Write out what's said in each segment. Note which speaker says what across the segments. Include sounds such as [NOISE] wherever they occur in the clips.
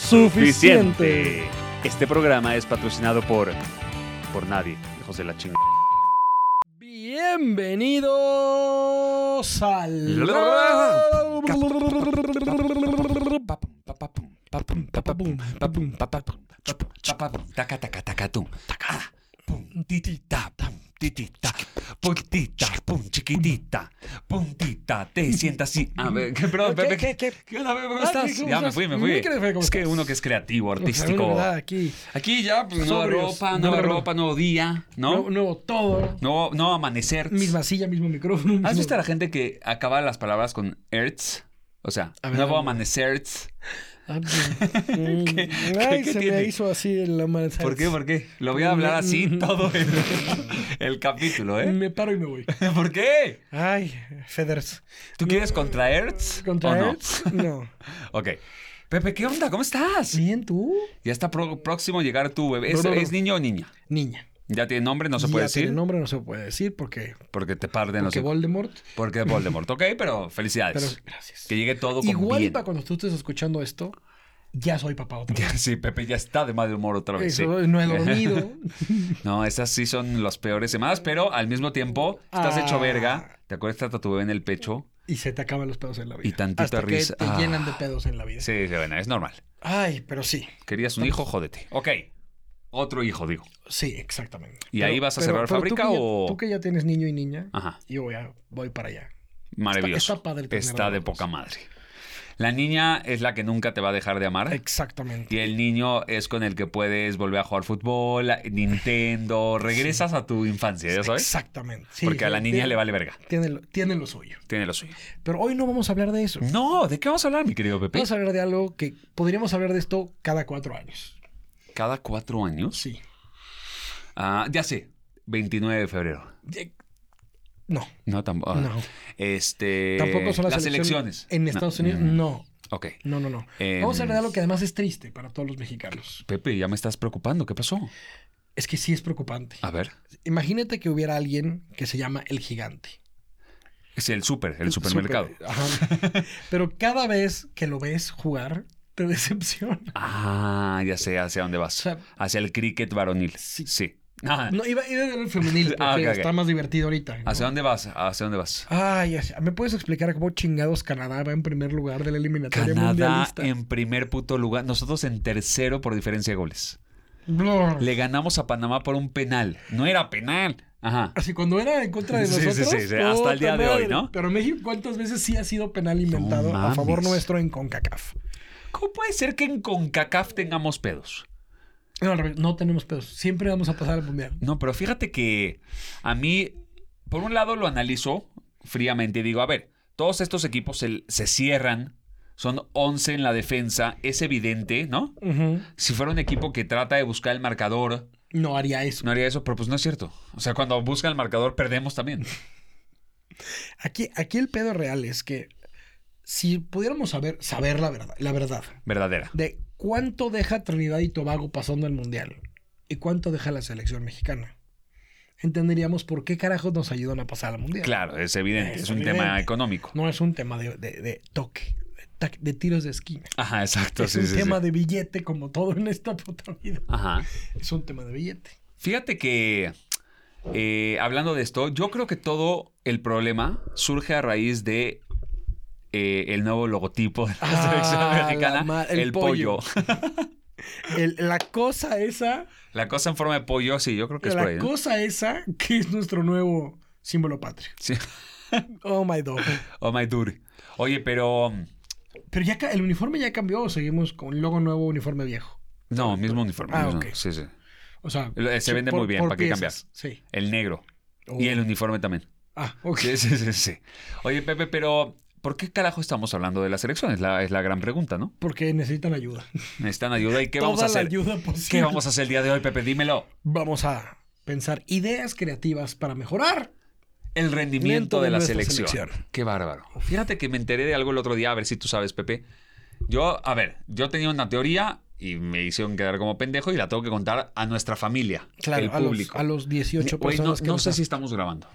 Speaker 1: suficiente. Este programa es patrocinado por. por nadie, hijos de la chingada.
Speaker 2: Bienvenidos al
Speaker 3: Taca, taca, taca, tum. Taca. Pum, titita, pum, titita, puntita, pum, chiquitita, puntita, te
Speaker 1: [LAUGHS]
Speaker 3: sientas así. A ver, que- perdón,
Speaker 2: ¿Qué,
Speaker 3: Pepe,
Speaker 2: qué,
Speaker 3: ¿qué,
Speaker 2: qué?
Speaker 3: qué onda, Pepe? ¿Cómo
Speaker 2: Ah,
Speaker 3: estás?
Speaker 2: ¿qué- cómo
Speaker 3: ya me
Speaker 2: estás?
Speaker 3: fui, me
Speaker 2: Me
Speaker 3: fui.
Speaker 2: quiere ver cómo
Speaker 3: Es que
Speaker 2: estás.
Speaker 3: uno que es creativo,
Speaker 2: Ahora,
Speaker 3: artístico.
Speaker 2: ¿verdad? Aquí.
Speaker 3: Aquí ya, pues, nueva
Speaker 2: Sobrios.
Speaker 3: ropa, nueva
Speaker 2: Nuevo-
Speaker 3: ropa, nuevo día,
Speaker 2: Nuevo,
Speaker 3: ¿no?
Speaker 2: nuevo todo.
Speaker 3: No, no amanecer.
Speaker 2: Misma silla, mismo micrófono. mismo-
Speaker 3: ¿Has visto a la gente que acaba las palabras con Ertz? O sea,
Speaker 2: A ver,
Speaker 3: nuevo
Speaker 2: dame.
Speaker 3: amanecer.
Speaker 2: Ah,
Speaker 3: [LAUGHS]
Speaker 2: bien.
Speaker 3: ¿Qué-
Speaker 2: Ay,
Speaker 3: qué- qué
Speaker 2: se me
Speaker 3: tiene?
Speaker 2: hizo así el amanecer.
Speaker 3: ¿Por qué? ¿Por qué? Lo voy a hablar
Speaker 2: Mm.
Speaker 3: así todo
Speaker 2: [LAUGHS]
Speaker 3: el, el capítulo, ¿eh?
Speaker 2: Me paro y me voy.
Speaker 3: ¿Por qué?
Speaker 2: Ay, Feders.
Speaker 3: ¿Tú quieres contra Ertz?
Speaker 2: Mm. ¿Contra
Speaker 3: o no?
Speaker 2: Ertz? No.
Speaker 3: Ok. Pepe, ¿qué onda? ¿Cómo estás?
Speaker 2: ¿Bien tú?
Speaker 3: Ya está pro- próximo a llegar tu bebé. ¿Es,
Speaker 2: No, no, no.
Speaker 3: es niño o niña?
Speaker 2: Niña.
Speaker 3: Ya tiene nombre, no se
Speaker 2: Ya
Speaker 3: puede
Speaker 2: tiene
Speaker 3: decir.
Speaker 2: nombre no se puede decir porque,
Speaker 3: Porque te parten los
Speaker 2: porque Voldemort.
Speaker 3: Porque es Voldemort. ok, pero
Speaker 2: Pero
Speaker 3: felicidades.
Speaker 2: gracias.
Speaker 3: Que llegue todo con
Speaker 2: Igual y
Speaker 3: bien.
Speaker 2: para cuando tú estés escuchando esto, ya soy papá otra vez.
Speaker 3: Sí, Pepe ya está de mal humor otra vez. sí.
Speaker 2: Eso, No
Speaker 3: [LAUGHS]
Speaker 2: he dormido.
Speaker 3: No, estas sí son las peores semanas, pero al mismo tiempo estás
Speaker 2: Ah.
Speaker 3: hecho verga. Te acuerdas de tu bebé en el pecho.
Speaker 2: y se te acaban los pedos en la vida.
Speaker 3: Y tantita
Speaker 2: Hasta que
Speaker 3: risa.
Speaker 2: te
Speaker 3: Ah.
Speaker 2: llenan de pedos en la vida.
Speaker 3: Sí, sí, bueno, es normal.
Speaker 2: Ay, pero sí.
Speaker 3: Querías un hijo, jódete. Ok. Otro hijo, digo.
Speaker 2: Sí, exactamente.
Speaker 3: ¿Y ahí vas a cerrar
Speaker 2: tú que
Speaker 3: fábrica
Speaker 2: ya-
Speaker 3: o-
Speaker 2: Tú que ya tienes niño y niña,
Speaker 3: Ajá.
Speaker 2: yo voy, a- voy para allá.
Speaker 3: Maravilloso.
Speaker 2: Está- está padre tener
Speaker 3: Está
Speaker 2: a
Speaker 3: de
Speaker 2: los dos.
Speaker 3: poca madre. La niña es la que nunca te va a dejar de amar.
Speaker 2: Exactamente.
Speaker 3: Y el niño es con el que puedes volver a jugar fútbol, a- Nintendo. Regresas a tu infancia, ¿ya sabes?
Speaker 2: Exactamente. Sí,
Speaker 3: Porque a la
Speaker 2: sí,
Speaker 3: niña
Speaker 2: tiene-
Speaker 3: le vale verga.
Speaker 2: Tiene lo, tiene lo suyo.
Speaker 3: Tiene lo suyo.
Speaker 2: Pero hoy no vamos a hablar de eso.
Speaker 3: No, ¿de qué vamos a hablar, mi querido Pepe?
Speaker 2: Vamos a hablar de algo que podríamos hablar de esto cada cuatro años.
Speaker 3: Cada cuatro años.
Speaker 2: Sí.
Speaker 3: Ah, ya sé. 29 de febrero.
Speaker 2: Eh, No. ah.
Speaker 3: No, tampoco.
Speaker 2: No.
Speaker 3: Este.
Speaker 2: Tampoco son las,
Speaker 3: Ah, elecciones.
Speaker 2: En
Speaker 3: No.
Speaker 2: Estados Unidos,
Speaker 3: Mm,
Speaker 2: no.
Speaker 3: Ok.
Speaker 2: No, no, no.
Speaker 3: Em,
Speaker 2: Vamos a hablar de algo que además es triste para todos los mexicanos.
Speaker 3: Pepe, ya me estás preocupando. ¿Qué pasó?
Speaker 2: Es que sí es preocupante.
Speaker 3: A ver.
Speaker 2: Imagínate que hubiera alguien que se llama el gigante.
Speaker 3: Es el súper, el supermercado.
Speaker 2: Super-
Speaker 3: [LAUGHS]
Speaker 2: ajá. Pero cada vez que lo ves jugar, te decepciona.
Speaker 3: Ah, ya sé hacia dónde vas.
Speaker 2: O sea-
Speaker 3: hacia el cricket varonil.
Speaker 2: Sí.
Speaker 3: Sí. Ah,
Speaker 2: No, iba, iba a decir el femenil, porque
Speaker 3: [LAUGHS] Ah, ok, ok.
Speaker 2: está más divertido ahorita. ¿no?
Speaker 3: ¿Hacia dónde vas? ¿Hacia dónde vas?
Speaker 2: Ay, ya sé. ¿me puedes explicar cómo chingados Canadá va en primer lugar de la eliminatoria
Speaker 3: Canadá
Speaker 2: mundialista?
Speaker 3: en primer puto lugar. Nosotros en tercero por diferencia de goles.
Speaker 2: Blur.
Speaker 3: Le ganamos a Panamá por un penal. No era penal. Ajá.
Speaker 2: Así cuando era en contra de
Speaker 3: Sí, sí,
Speaker 2: nosotros.
Speaker 3: sí, sí, hasta el día de
Speaker 2: puta
Speaker 3: hoy, ¿no?
Speaker 2: Pero México, ¿cuántas veces sí ha sido penal inventado a
Speaker 3: mames.
Speaker 2: favor nuestro en CONCACAF?
Speaker 3: ¿Cómo puede ser que en CONCACAF tengamos pedos?
Speaker 2: No, al revés, no tenemos pedos. Siempre vamos a pasar al mundial.
Speaker 3: No, pero fíjate que a mí, por un lado, lo analizo fríamente y digo, a ver, todos estos equipos se, se cierran, son 11 en la defensa, es evidente, ¿no?
Speaker 2: Ujú.
Speaker 3: Si fuera un equipo que trata de buscar el marcador,
Speaker 2: No haría eso.
Speaker 3: no haría eso, pero pues no es cierto. O sea, cuando buscan el marcador, perdemos también.
Speaker 2: Aquí, aquí el pedo real es que si pudiéramos saber, saber la verdad, la verdad
Speaker 3: Verdadera.
Speaker 2: de cuánto deja Trinidad y Tobago pasando el Mundial y cuánto deja la selección mexicana, entenderíamos por qué carajos nos ayudan a pasar al Mundial.
Speaker 3: Claro, es evidente,
Speaker 2: Es
Speaker 3: es, un
Speaker 2: evidente.
Speaker 3: tema económico.
Speaker 2: No es un tema de, de- de toque, de, tac- de tiros de esquina.
Speaker 3: Ajá, exacto.
Speaker 2: es
Speaker 3: sí,
Speaker 2: un
Speaker 3: sí, sí.
Speaker 2: tema de billete como todo en esta puta vida.
Speaker 3: Ajá.
Speaker 2: Es un tema de billete.
Speaker 3: Fíjate que, eh, hablando de esto, yo creo que todo el problema surge a raíz de eh, el nuevo logotipo de la
Speaker 2: Ah, la
Speaker 3: selección mexicana,
Speaker 2: ma- el
Speaker 3: el, pollo.
Speaker 2: El- la cosa esa,
Speaker 3: [LAUGHS] La cosa en forma de pollo, sí, yo creo que es
Speaker 2: la
Speaker 3: por ahí. ¿no?
Speaker 2: cosa esa que es nuestro nuevo símbolo patrio.
Speaker 3: Sí.
Speaker 2: Oh my god.
Speaker 3: Oh my dude. Oye, pero mm,
Speaker 2: Pero ya ca- el uniforme ya cambió o seguimos con logo nuevo, uniforme viejo.
Speaker 3: no, mismo uniforme.
Speaker 2: Ah,
Speaker 3: mismo-
Speaker 2: ok.
Speaker 3: Sí, sí.
Speaker 2: O sea,
Speaker 3: Eh, se
Speaker 2: sí,
Speaker 3: vende
Speaker 2: por-
Speaker 3: muy bien,
Speaker 2: por
Speaker 3: ¿para qué cambiar?
Speaker 2: piezas, Sí.
Speaker 3: El negro y
Speaker 2: Oh.
Speaker 3: el uniforme también.
Speaker 2: Ah, ok.
Speaker 3: Sí, sí, sí, sí. Oye, Pepe, pero ¿Por qué carajo estamos hablando de las elecciones? La- es la gran pregunta, ¿no?
Speaker 2: Porque necesitan ayuda.
Speaker 3: Necesitan ayuda y [LAUGHS] ¿qué
Speaker 2: Toda
Speaker 3: vamos a
Speaker 2: la
Speaker 3: hacer?
Speaker 2: ayuda posible.
Speaker 3: ¿Qué vamos a hacer el día de hoy, Pepe? Dímelo.
Speaker 2: Vamos a pensar ideas creativas para mejorar.
Speaker 3: El rendimiento
Speaker 2: Miento
Speaker 3: de,
Speaker 2: de
Speaker 3: la
Speaker 2: nuestra
Speaker 3: selección.
Speaker 2: selección.
Speaker 3: Qué bárbaro. Fíjate que me enteré de algo el otro día, a ver si tú sabes, Pepe. Yo, a ver, yo tenía una teoría y me hicieron quedar como pendejo y la tengo que contar a nuestra familia,
Speaker 2: Claro,
Speaker 3: el
Speaker 2: a, los,
Speaker 3: público.
Speaker 2: a los 18
Speaker 3: Güey, no-
Speaker 2: personas que
Speaker 3: no
Speaker 2: nos
Speaker 3: sé
Speaker 2: ha-
Speaker 3: si estamos grabando.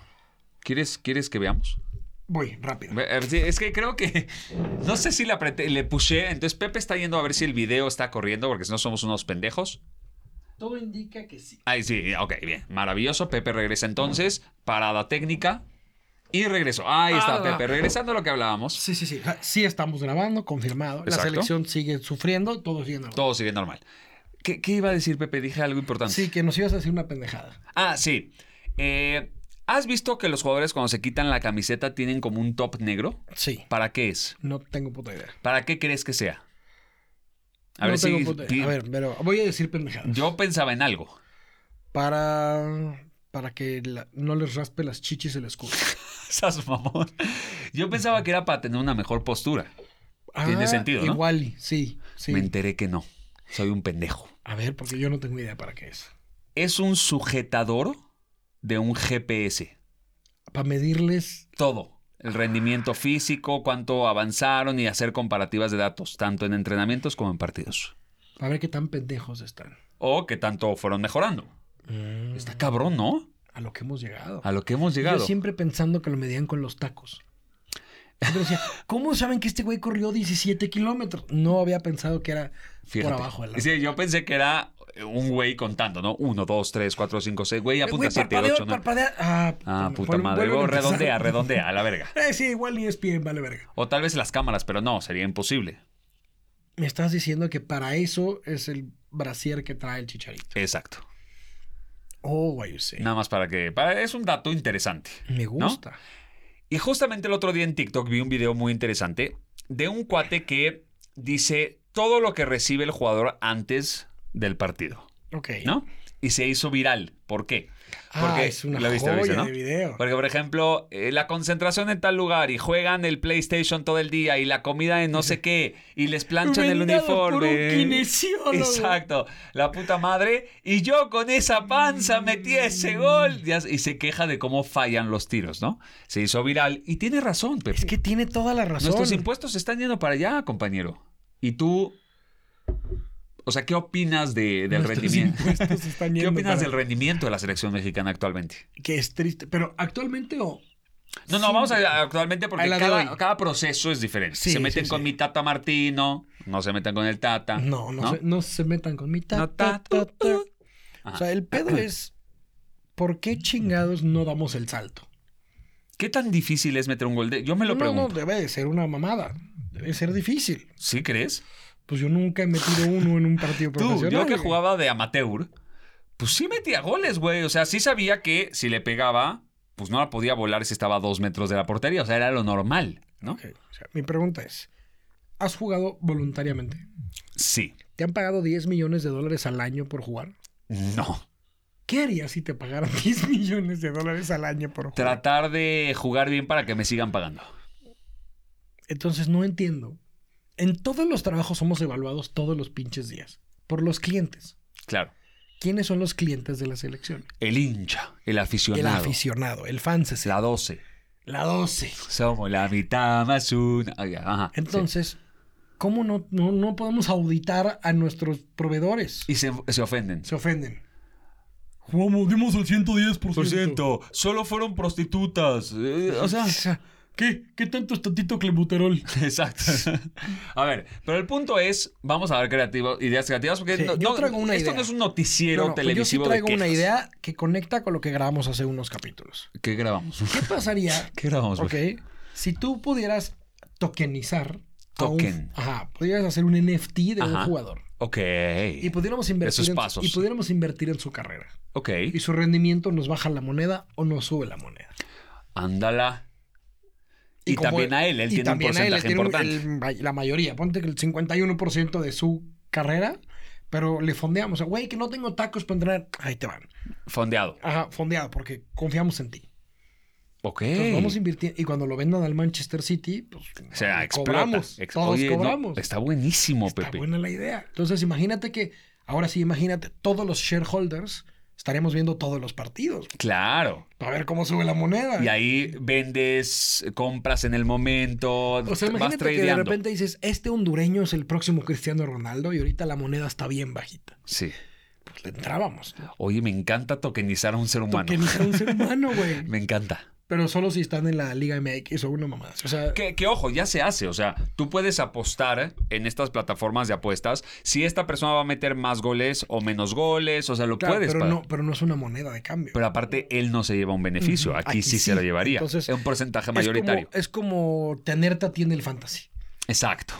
Speaker 3: ¿Quieres, ¿Quieres que veamos?
Speaker 2: Voy, rápido.
Speaker 3: Ve- eh, sí, Es que creo que. [LAUGHS] No sé si le, apreté- le puse. Entonces Pepe está yendo a ver si el video está corriendo, porque si no somos unos pendejos.
Speaker 2: Todo indica que sí.
Speaker 3: Ahí sí, ok, bien. Maravilloso. Pepe regresa entonces. Parada técnica. Y regresó. Ahí está,
Speaker 2: Ah.
Speaker 3: Pepe. Regresando a lo que hablábamos.
Speaker 2: Sí, sí, sí. O sea, sí estamos grabando, confirmado. La
Speaker 3: Exacto.
Speaker 2: selección sigue sufriendo, todo sigue normal.
Speaker 3: Todo sigue normal. ¿Qué, qué iba a decir, Pepe? Dije algo importante.
Speaker 2: Sí, que nos ibas a decir una pendejada.
Speaker 3: Ah, sí. Eh, ¿Has visto que los jugadores cuando se quitan la camiseta tienen como un top negro?
Speaker 2: Sí.
Speaker 3: ¿Para qué es?
Speaker 2: No tengo puta idea.
Speaker 3: ¿Para qué crees que sea? A
Speaker 2: no
Speaker 3: ver
Speaker 2: tengo
Speaker 3: si.
Speaker 2: puta idea.
Speaker 3: ti-
Speaker 2: A ver, pero voy a decir pendejadas.
Speaker 3: Yo pensaba en algo. [LAUGHS]
Speaker 2: Para. Para que la- no les raspe las chichis el escudo.
Speaker 3: Esas mamón. Yo pensaba que era para tener una mejor postura. Tiene sentido, ¿no?
Speaker 2: Ah, Igual, y- sí, sí.
Speaker 3: Me enteré que no. Soy un pendejo.
Speaker 2: A ver, porque yo no tengo idea para qué es.
Speaker 3: Es un sujetador de un GPS.
Speaker 2: Para medirles.
Speaker 3: Todo. El rendimiento físico, cuánto avanzaron y hacer comparativas de datos, tanto en entrenamientos como en partidos.
Speaker 2: A ver qué tan pendejos están.
Speaker 3: O que tanto fueron mejorando. Está cabrón, ¿no?
Speaker 2: A lo que hemos llegado.
Speaker 3: Mm. A lo que hemos llegado.
Speaker 2: Yo siempre pensando que lo medían con los tacos.
Speaker 3: [LAUGHS]
Speaker 2: Siempre decía, ¿cómo saben que este güey corrió 17 kilómetros? No había pensado que era
Speaker 3: Fíjate.
Speaker 2: por abajo. de la-
Speaker 3: Sí, yo pensé que era un güey contando, ¿no? Uno, dos, tres, cuatro, cinco, seis. Güey,
Speaker 2: Eh, güey,
Speaker 3: apunta siete,
Speaker 2: parpadea,
Speaker 3: ocho, nueve.
Speaker 2: parpadea. Ah,
Speaker 3: Ah,
Speaker 2: me-
Speaker 3: puta
Speaker 2: vuelve-
Speaker 3: madre.
Speaker 2: vuelve a
Speaker 3: Luego
Speaker 2: empezar.
Speaker 3: redondea, redondea, a la verga.
Speaker 2: Eh, sí, igual ni es pie, vale verga.
Speaker 3: O tal vez las cámaras, pero no, sería imposible.
Speaker 2: Me estás diciendo que para eso es el brasier que trae el chicharito.
Speaker 3: Exacto.
Speaker 2: Oh, güey, sí.
Speaker 3: Nada más para que. Para, es un dato interesante.
Speaker 2: Me gusta.
Speaker 3: Y justamente el otro día en TikTok vi un video muy interesante de un cuate que dice todo lo que recibe el jugador antes del partido,
Speaker 2: Ok.
Speaker 3: ¿no? Y se hizo viral. ¿Por qué?
Speaker 2: Ah,
Speaker 3: Porque
Speaker 2: es una
Speaker 3: lo viste, lo
Speaker 2: joya
Speaker 3: viste, ¿no?
Speaker 2: de video.
Speaker 3: Porque, por ejemplo, eh, la concentración en tal lugar y juegan el PlayStation todo el día y la comida en no
Speaker 2: [LAUGHS]
Speaker 3: sé qué y les planchan el
Speaker 2: Vendados por
Speaker 3: uniforme.
Speaker 2: un kinesiólogo.
Speaker 3: Exacto, la puta madre. Y yo con esa
Speaker 2: Mm.
Speaker 3: panza metí ese gol. Ya- Y se queja de cómo fallan los tiros, ¿no? Se hizo viral. Y tiene razón, Pepe.
Speaker 2: Es que tiene toda la razón.
Speaker 3: Nuestros impuestos se están yendo para allá, compañero. Y tú. O sea, ¿qué opinas de- del
Speaker 2: Nuestros
Speaker 3: rendimiento?
Speaker 2: impuestos
Speaker 3: [LAUGHS]
Speaker 2: están
Speaker 3: ¿Qué
Speaker 2: yendo
Speaker 3: opinas
Speaker 2: para-
Speaker 3: del rendimiento de la selección mexicana actualmente?
Speaker 2: Que es triste. Pero actualmente oh, o.
Speaker 3: No, no,
Speaker 2: Sí.
Speaker 3: vamos a actualmente porque
Speaker 2: A la de
Speaker 3: cada,
Speaker 2: hoy.
Speaker 3: cada proceso es diferente.
Speaker 2: Sí,
Speaker 3: se meten
Speaker 2: sí,
Speaker 3: con
Speaker 2: sí.
Speaker 3: mi tata Martino, no se meten con el tata.
Speaker 2: No, no, Se, no se metan con mi ta,
Speaker 3: Ah, No,
Speaker 2: ta,
Speaker 3: ta,
Speaker 2: ta, ta.
Speaker 3: Ajá.
Speaker 2: O sea, el pedo es. ¿Por qué chingados no damos el salto?
Speaker 3: ¿Qué tan difícil es meter un gol de.? Yo me lo
Speaker 2: no, no,
Speaker 3: pregunto.
Speaker 2: debe de ser una mamada. Debe ser difícil.
Speaker 3: ¿Sí crees?
Speaker 2: Pues yo nunca he metido uno en un partido
Speaker 3: Tú,
Speaker 2: profesional.
Speaker 3: yo que
Speaker 2: güey.
Speaker 3: jugaba de amateur, pues sí metía goles, güey. O sea, sí sabía que si le pegaba, pues no la podía volar si estaba a dos metros de la portería. O sea, era lo normal, ¿no?
Speaker 2: Ok, o sea, mi pregunta es: ¿has jugado voluntariamente?
Speaker 3: Sí.
Speaker 2: ¿Te han pagado 10 millones de dólares al año por jugar?
Speaker 3: No.
Speaker 2: ¿Qué harías si te pagaran [LAUGHS] 10 millones de dólares al año por jugar?
Speaker 3: Tratar de jugar bien para que me sigan pagando.
Speaker 2: Entonces no entiendo. En todos los trabajos somos evaluados todos los pinches días por los clientes.
Speaker 3: Claro.
Speaker 2: ¿Quiénes son los clientes de la selección?
Speaker 3: El hincha, el
Speaker 2: El
Speaker 3: aficionado.
Speaker 2: aficionado, el fan se
Speaker 3: la 12.
Speaker 2: La 12.
Speaker 3: Somos la mitad más una. Ay, ajá,
Speaker 2: Entonces, ¿cómo no, no, no podemos auditar a nuestros proveedores?
Speaker 3: sí. Y se, se ofenden.
Speaker 2: Se ofenden. Jugamos, dimos el 110%.
Speaker 3: Solo fueron prostitutas. eh, o sea.
Speaker 2: [LAUGHS] ¿Qué? ¿Qué tanto es tantito clebuterol?
Speaker 3: [LAUGHS] Exacto. A ver, pero el punto es, vamos a ver creativo, ideas creativas, porque
Speaker 2: Sí,
Speaker 3: no-
Speaker 2: yo
Speaker 3: no-
Speaker 2: traigo una
Speaker 3: esto
Speaker 2: idea.
Speaker 3: no es un noticiero
Speaker 2: No, no, pues yo sí
Speaker 3: televisivo
Speaker 2: traigo
Speaker 3: de
Speaker 2: una
Speaker 3: quejas.
Speaker 2: idea que conecta con lo que grabamos hace unos capítulos.
Speaker 3: ¿Qué grabamos? [LAUGHS]
Speaker 2: ¿Qué pasaría?
Speaker 3: ¿Qué grabamos?
Speaker 2: ok.
Speaker 3: güey?
Speaker 2: Si tú pudieras tokenizar. a un-
Speaker 3: Token.
Speaker 2: ajá. Pudieras hacer un NFT de un
Speaker 3: Ajá.
Speaker 2: jugador.
Speaker 3: Ok.
Speaker 2: Y pues pudiéramos invertir.
Speaker 3: Esos
Speaker 2: en,
Speaker 3: pasos.
Speaker 2: Y pudiéramos invertir en su carrera.
Speaker 3: Ok.
Speaker 2: Y su rendimiento nos baja la moneda o nos sube la moneda.
Speaker 3: Ándala. Y,
Speaker 2: como-
Speaker 3: también a él, él
Speaker 2: y
Speaker 3: tiene un
Speaker 2: también a él, él
Speaker 3: porcentaje
Speaker 2: tiene un-
Speaker 3: importante.
Speaker 2: el- la mayoría. Ponte que el 51% de su carrera. Pero le fondeamos. O sea, Güey, que no tengo tacos para entrenar. Ahí te van.
Speaker 3: Fondeado.
Speaker 2: Ajá, fondeado, porque confiamos en ti.
Speaker 3: Ok.
Speaker 2: Entonces vamos invirtiendo. Y cuando lo vendan al Manchester City, pues.
Speaker 3: o sea, explota.
Speaker 2: cobramos.
Speaker 3: Ex-
Speaker 2: todos
Speaker 3: Oye, no,
Speaker 2: cobramos.
Speaker 3: está buenísimo,
Speaker 2: Está
Speaker 3: Pepe.
Speaker 2: buena la idea. Entonces, imagínate que, ahora sí, imagínate, todos los shareholders estaremos viendo todos los partidos
Speaker 3: Claro.
Speaker 2: para ver cómo sube la moneda.
Speaker 3: Y ahí vendes, compras en el momento,
Speaker 2: o sea,
Speaker 3: vas
Speaker 2: imagínate que de
Speaker 3: tradeando.
Speaker 2: repente dices, este hondureño es el próximo Cristiano Ronaldo y ahorita la moneda está bien bajita.
Speaker 3: Sí.
Speaker 2: Pues le entrábamos.
Speaker 3: Oye, me encanta tokenizar a un ser humano.
Speaker 2: Porque ni sea un ser humano, güey.
Speaker 3: Me encanta.
Speaker 2: Pero solo si están en la Liga MX o una mamada. O sea,
Speaker 3: Que, que, ojo, ya se hace. O sea, tú puedes apostar en estas plataformas de apuestas si esta persona va a meter más goles o menos goles. O sea, lo
Speaker 2: claro,
Speaker 3: puedes.
Speaker 2: pero,
Speaker 3: pa-
Speaker 2: no, pero no es una moneda de cambio.
Speaker 3: Pero aparte, él no se lleva un beneficio.
Speaker 2: Ujú,
Speaker 3: Aquí,
Speaker 2: aquí
Speaker 3: sí,
Speaker 2: sí.
Speaker 3: se lo llevaría.
Speaker 2: Entonces,
Speaker 3: es un porcentaje
Speaker 2: Es
Speaker 3: mayoritario.
Speaker 2: como- Es como, tenerte a ti en el fantasy.
Speaker 3: Exacto.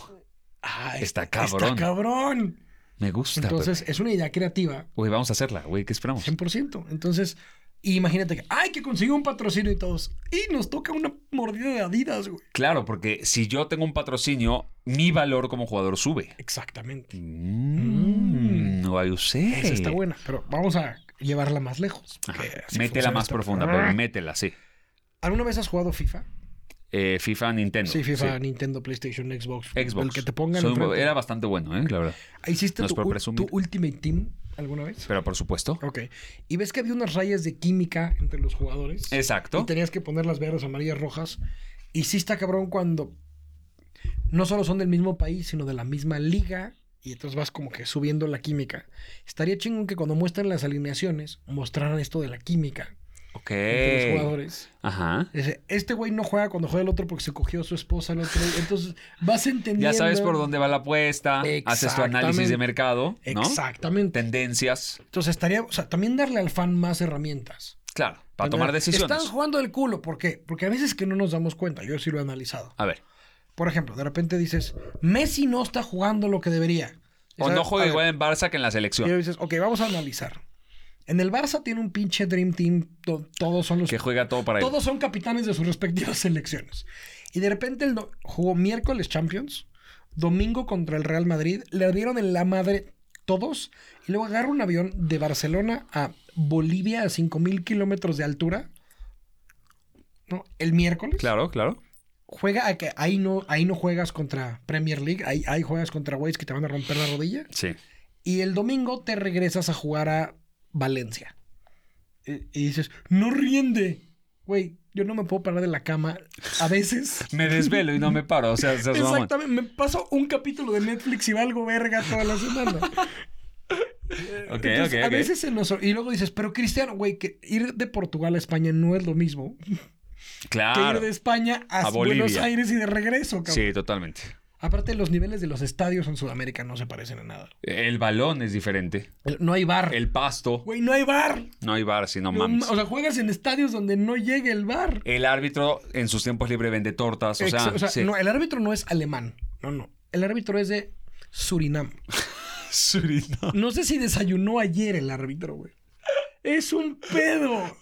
Speaker 2: Ah,
Speaker 3: Está cabrón.
Speaker 2: Está cabrón.
Speaker 3: Me gusta.
Speaker 2: Entonces,
Speaker 3: Pepe.
Speaker 2: es una idea creativa,
Speaker 3: Güey, vamos a hacerla, güey. ¿Qué esperamos?
Speaker 2: 100%. Entonces, imagínate que hay que conseguir un patrocinio y todos. Y nos toca una mordida de Adidas, güey.
Speaker 3: Claro, porque si yo tengo un patrocinio, mi valor como jugador sube.
Speaker 2: Exactamente.
Speaker 3: Mm, guay, usé.
Speaker 2: Esa está buena, pero vamos a llevarla más lejos.
Speaker 3: Ajá.
Speaker 2: que así
Speaker 3: Métela
Speaker 2: funciona Ah.
Speaker 3: más
Speaker 2: esto.
Speaker 3: profunda, pero métela, sí.
Speaker 2: ¿Alguna vez has jugado FIFA?
Speaker 3: Eh, FIFA, Nintendo.
Speaker 2: Sí, FIFA, Nintendo, PlayStation, Xbox.
Speaker 3: Xbox.
Speaker 2: El que te pongan.
Speaker 3: Soy-
Speaker 2: enfrente.
Speaker 3: era bastante bueno, ¿eh? la verdad.
Speaker 2: ¿Hiciste
Speaker 3: no es
Speaker 2: tu,
Speaker 3: por
Speaker 2: ul-
Speaker 3: presumir.
Speaker 2: tu Ultimate Team alguna vez?
Speaker 3: Pero por supuesto.
Speaker 2: Ok. ¿Y ves que había unas rayas de química entre los jugadores? Y
Speaker 3: Exacto.
Speaker 2: tenías que poner las verdes, amarillas, rojas. Y sí está cabrón cuando no solo son del mismo país, sino de la misma liga. Y entonces vas como que subiendo la química. Estaría chingón que cuando muestran las alineaciones, mostraran esto de la química
Speaker 3: Ok.
Speaker 2: entre los jugadores.
Speaker 3: Ajá.
Speaker 2: Dice, este güey no juega cuando juega el otro porque se cogió a su esposa el otro. día". Entonces vas entendiendo.
Speaker 3: Ya sabes por dónde va la apuesta, haces tu análisis
Speaker 2: Exactamente.
Speaker 3: de mercado, ¿no?
Speaker 2: Exactamente.
Speaker 3: Tendencias,
Speaker 2: Entonces estaría, o sea, también darle al fan más herramientas.
Speaker 3: claro, para tomar decisiones.
Speaker 2: Están jugando del culo. ¿Por qué? Porque a veces que no nos damos cuenta. Yo sí lo he analizado.
Speaker 3: A ver,
Speaker 2: Por ejemplo, de repente dices, Messi no está jugando lo que debería.
Speaker 3: o
Speaker 2: ¿Sabes?
Speaker 3: no juega
Speaker 2: A ver,
Speaker 3: igual en Barça que en la
Speaker 2: Y
Speaker 3: selección,
Speaker 2: luego dices, ok, vamos a analizar. En el Barça tiene un pinche Dream Team. to- todos son los...
Speaker 3: que juega todo para él.
Speaker 2: Todos son capitanes de sus respectivas [LAUGHS] selecciones. Y de repente el do- jugó miércoles Champions, domingo contra el Real Madrid, le dieron en la madre todos, y luego agarra un avión de Barcelona a Bolivia a 5.000 kilómetros de altura, ¿no? El miércoles.
Speaker 3: Claro, claro.
Speaker 2: Juega a que ahí no, ahí no juegas contra Premier League, ahí, ahí juegas contra güeyes que te van a romper la rodilla.
Speaker 3: Sí.
Speaker 2: Y el domingo te regresas a jugar a Valencia. Y, y dices, no rinde. Güey, yo no me puedo parar de la cama a
Speaker 3: [LAUGHS]
Speaker 2: veces.
Speaker 3: Me desvelo y no me paro, o sea, seas mamón.
Speaker 2: Exactamente, me paso un capítulo de Netflix y valgo verga toda
Speaker 3: [LAUGHS]
Speaker 2: la semana.
Speaker 3: Ok,
Speaker 2: Entonces,
Speaker 3: ok,
Speaker 2: a
Speaker 3: ok.
Speaker 2: veces se nos... Y luego dices, pero Cristiano, güey, que ir de Portugal a España no es lo mismo que
Speaker 3: Claro.
Speaker 2: ir de España a,
Speaker 3: A
Speaker 2: Buenos
Speaker 3: Bolivia.
Speaker 2: Aires y de regreso, cabrón.
Speaker 3: Sí, totalmente.
Speaker 2: Aparte, los niveles de los estadios en Sudamérica no se parecen a nada.
Speaker 3: El balón es diferente.
Speaker 2: No hay bar.
Speaker 3: El pasto.
Speaker 2: Güey, no hay bar.
Speaker 3: No hay bar, sino
Speaker 2: No
Speaker 3: mames.
Speaker 2: ma- o sea, juegas en estadios donde no llegue el bar.
Speaker 3: El árbitro en sus tiempos libres vende tortas. O sea,
Speaker 2: Ex- o sea,
Speaker 3: sí. [LAUGHS]
Speaker 2: no, el árbitro no es alemán. No, no. El árbitro es de Surinam.
Speaker 3: Surinam.
Speaker 2: No sé si desayunó ayer el árbitro, güey. Es un pedo.
Speaker 3: Ajá.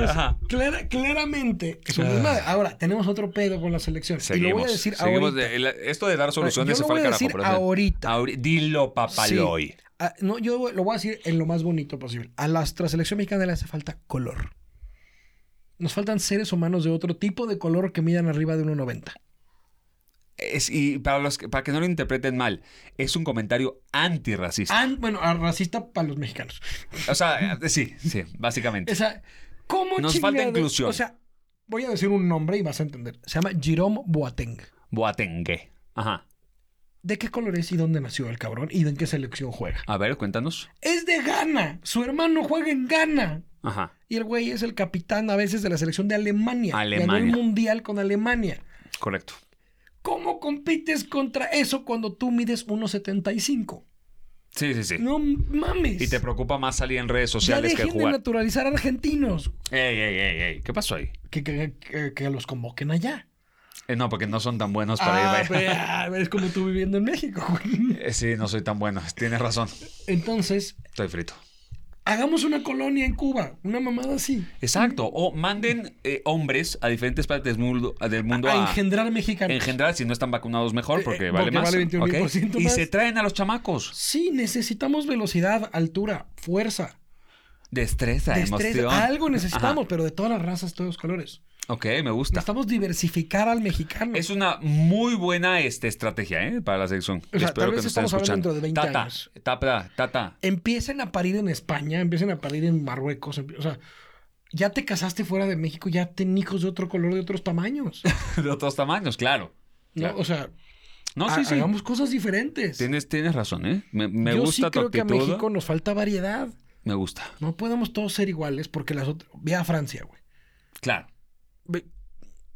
Speaker 3: Ah.
Speaker 2: Clara- claramente es un desmadre. Ahora, tenemos otro pedo con la selección. Y lo voy a decir
Speaker 3: seguimos.
Speaker 2: ahorita.
Speaker 3: De- la- esto de dar soluciones
Speaker 2: Yo
Speaker 3: se
Speaker 2: lo
Speaker 3: fue
Speaker 2: voy
Speaker 3: al
Speaker 2: a
Speaker 3: carajo.
Speaker 2: decir
Speaker 3: pero, o sea,
Speaker 2: ahorita.
Speaker 3: ahori- dilo, papaloy.
Speaker 2: Sí. Ah, no, yo lo voy a decir en lo más bonito posible. A la selección mexicana le hace falta color. Nos faltan seres humanos de otro tipo de color que midan arriba de 1.90.
Speaker 3: Es- y para, los, que- para que no lo interpreten mal, es un comentario antirracista.
Speaker 2: Ah, bueno, a- racista para los mexicanos.
Speaker 3: O sea, [LAUGHS] eh, sí, sí, básicamente.
Speaker 2: O sea, ¿cómo
Speaker 3: Nos falta
Speaker 2: chingado?
Speaker 3: inclusión.
Speaker 2: O sea, voy a decir un nombre y vas a entender. Se llama Jerome Boateng.
Speaker 3: Boatengue. Ajá.
Speaker 2: ¿De qué color es y dónde nació el cabrón y de en qué selección juega?
Speaker 3: A ver, cuéntanos.
Speaker 2: Es de Ghana. Su hermano juega en Ghana.
Speaker 3: Ajá.
Speaker 2: Y el güey es el capitán a veces de la selección de Alemania. Ganó el
Speaker 3: Alemania.
Speaker 2: mundial con Alemania.
Speaker 3: Correcto.
Speaker 2: ¿Cómo compites contra eso cuando tú mides 1.75?
Speaker 3: Sí, sí, sí.
Speaker 2: No mames.
Speaker 3: Y te preocupa más salir en redes
Speaker 2: ya
Speaker 3: sociales que
Speaker 2: dejen de
Speaker 3: jugar.
Speaker 2: naturalizar argentinos.
Speaker 3: Ey, ey, ey, ey. ¿Qué pasó ahí?
Speaker 2: Que, que- que- que los convoquen allá.
Speaker 3: Eh, no, porque no son tan buenos Pues para
Speaker 2: Ah,
Speaker 3: ir.
Speaker 2: ve- ah, es como tú viviendo en México. güey.
Speaker 3: Eh, Sí, no soy tan bueno. [LAUGHS] Tienes razón.
Speaker 2: Entonces,
Speaker 3: Estoy frito.
Speaker 2: hagamos una colonia en Cuba. Una mamada así.
Speaker 3: Exacto. O manden eh, hombres a diferentes partes del mundo a, del mundo
Speaker 2: a,
Speaker 3: a
Speaker 2: engendrar mexicanos.
Speaker 3: engendrar. Si no están vacunados, mejor, porque
Speaker 2: Eh, eh,
Speaker 3: vale
Speaker 2: porque
Speaker 3: más.
Speaker 2: vale 21,000%
Speaker 3: ¿ok? Y
Speaker 2: más.
Speaker 3: se traen a los chamacos.
Speaker 2: sí, necesitamos velocidad, altura, fuerza.
Speaker 3: Destreza,
Speaker 2: Destreza.
Speaker 3: emoción.
Speaker 2: Algo necesitamos,
Speaker 3: Ajá.
Speaker 2: pero de todas las razas, todos los colores.
Speaker 3: Ok, me gusta.
Speaker 2: Necesitamos diversificar al mexicano.
Speaker 3: Es una muy buena este, estrategia ¿eh? para la sección.
Speaker 2: O sea,
Speaker 3: Espero
Speaker 2: tal
Speaker 3: que
Speaker 2: vez
Speaker 3: nos estén
Speaker 2: estamos hablando
Speaker 3: escuchando.
Speaker 2: dentro de 20
Speaker 3: tata,
Speaker 2: años.
Speaker 3: Tata, tata. [LAUGHS]
Speaker 2: Empiecen a parir en España, empiecen a parir en Marruecos. empie- O sea, ya te casaste fuera de México, ya ten hijos de otro color, de otros tamaños.
Speaker 3: De otros tamaños, claro.
Speaker 2: ¿no?
Speaker 3: Claro.
Speaker 2: O sea,
Speaker 3: No,
Speaker 2: ha-
Speaker 3: sí, sí.
Speaker 2: hagamos cosas diferentes.
Speaker 3: Tienes, tienes razón, ¿eh? Me, me
Speaker 2: Yo
Speaker 3: gusta
Speaker 2: sí
Speaker 3: tu
Speaker 2: creo que a
Speaker 3: actitud. ¿eh?
Speaker 2: México nos falta variedad.
Speaker 3: Me gusta.
Speaker 2: No podemos todos ser iguales porque las otras. Ve a Francia, güey.
Speaker 3: Claro.
Speaker 2: Ve-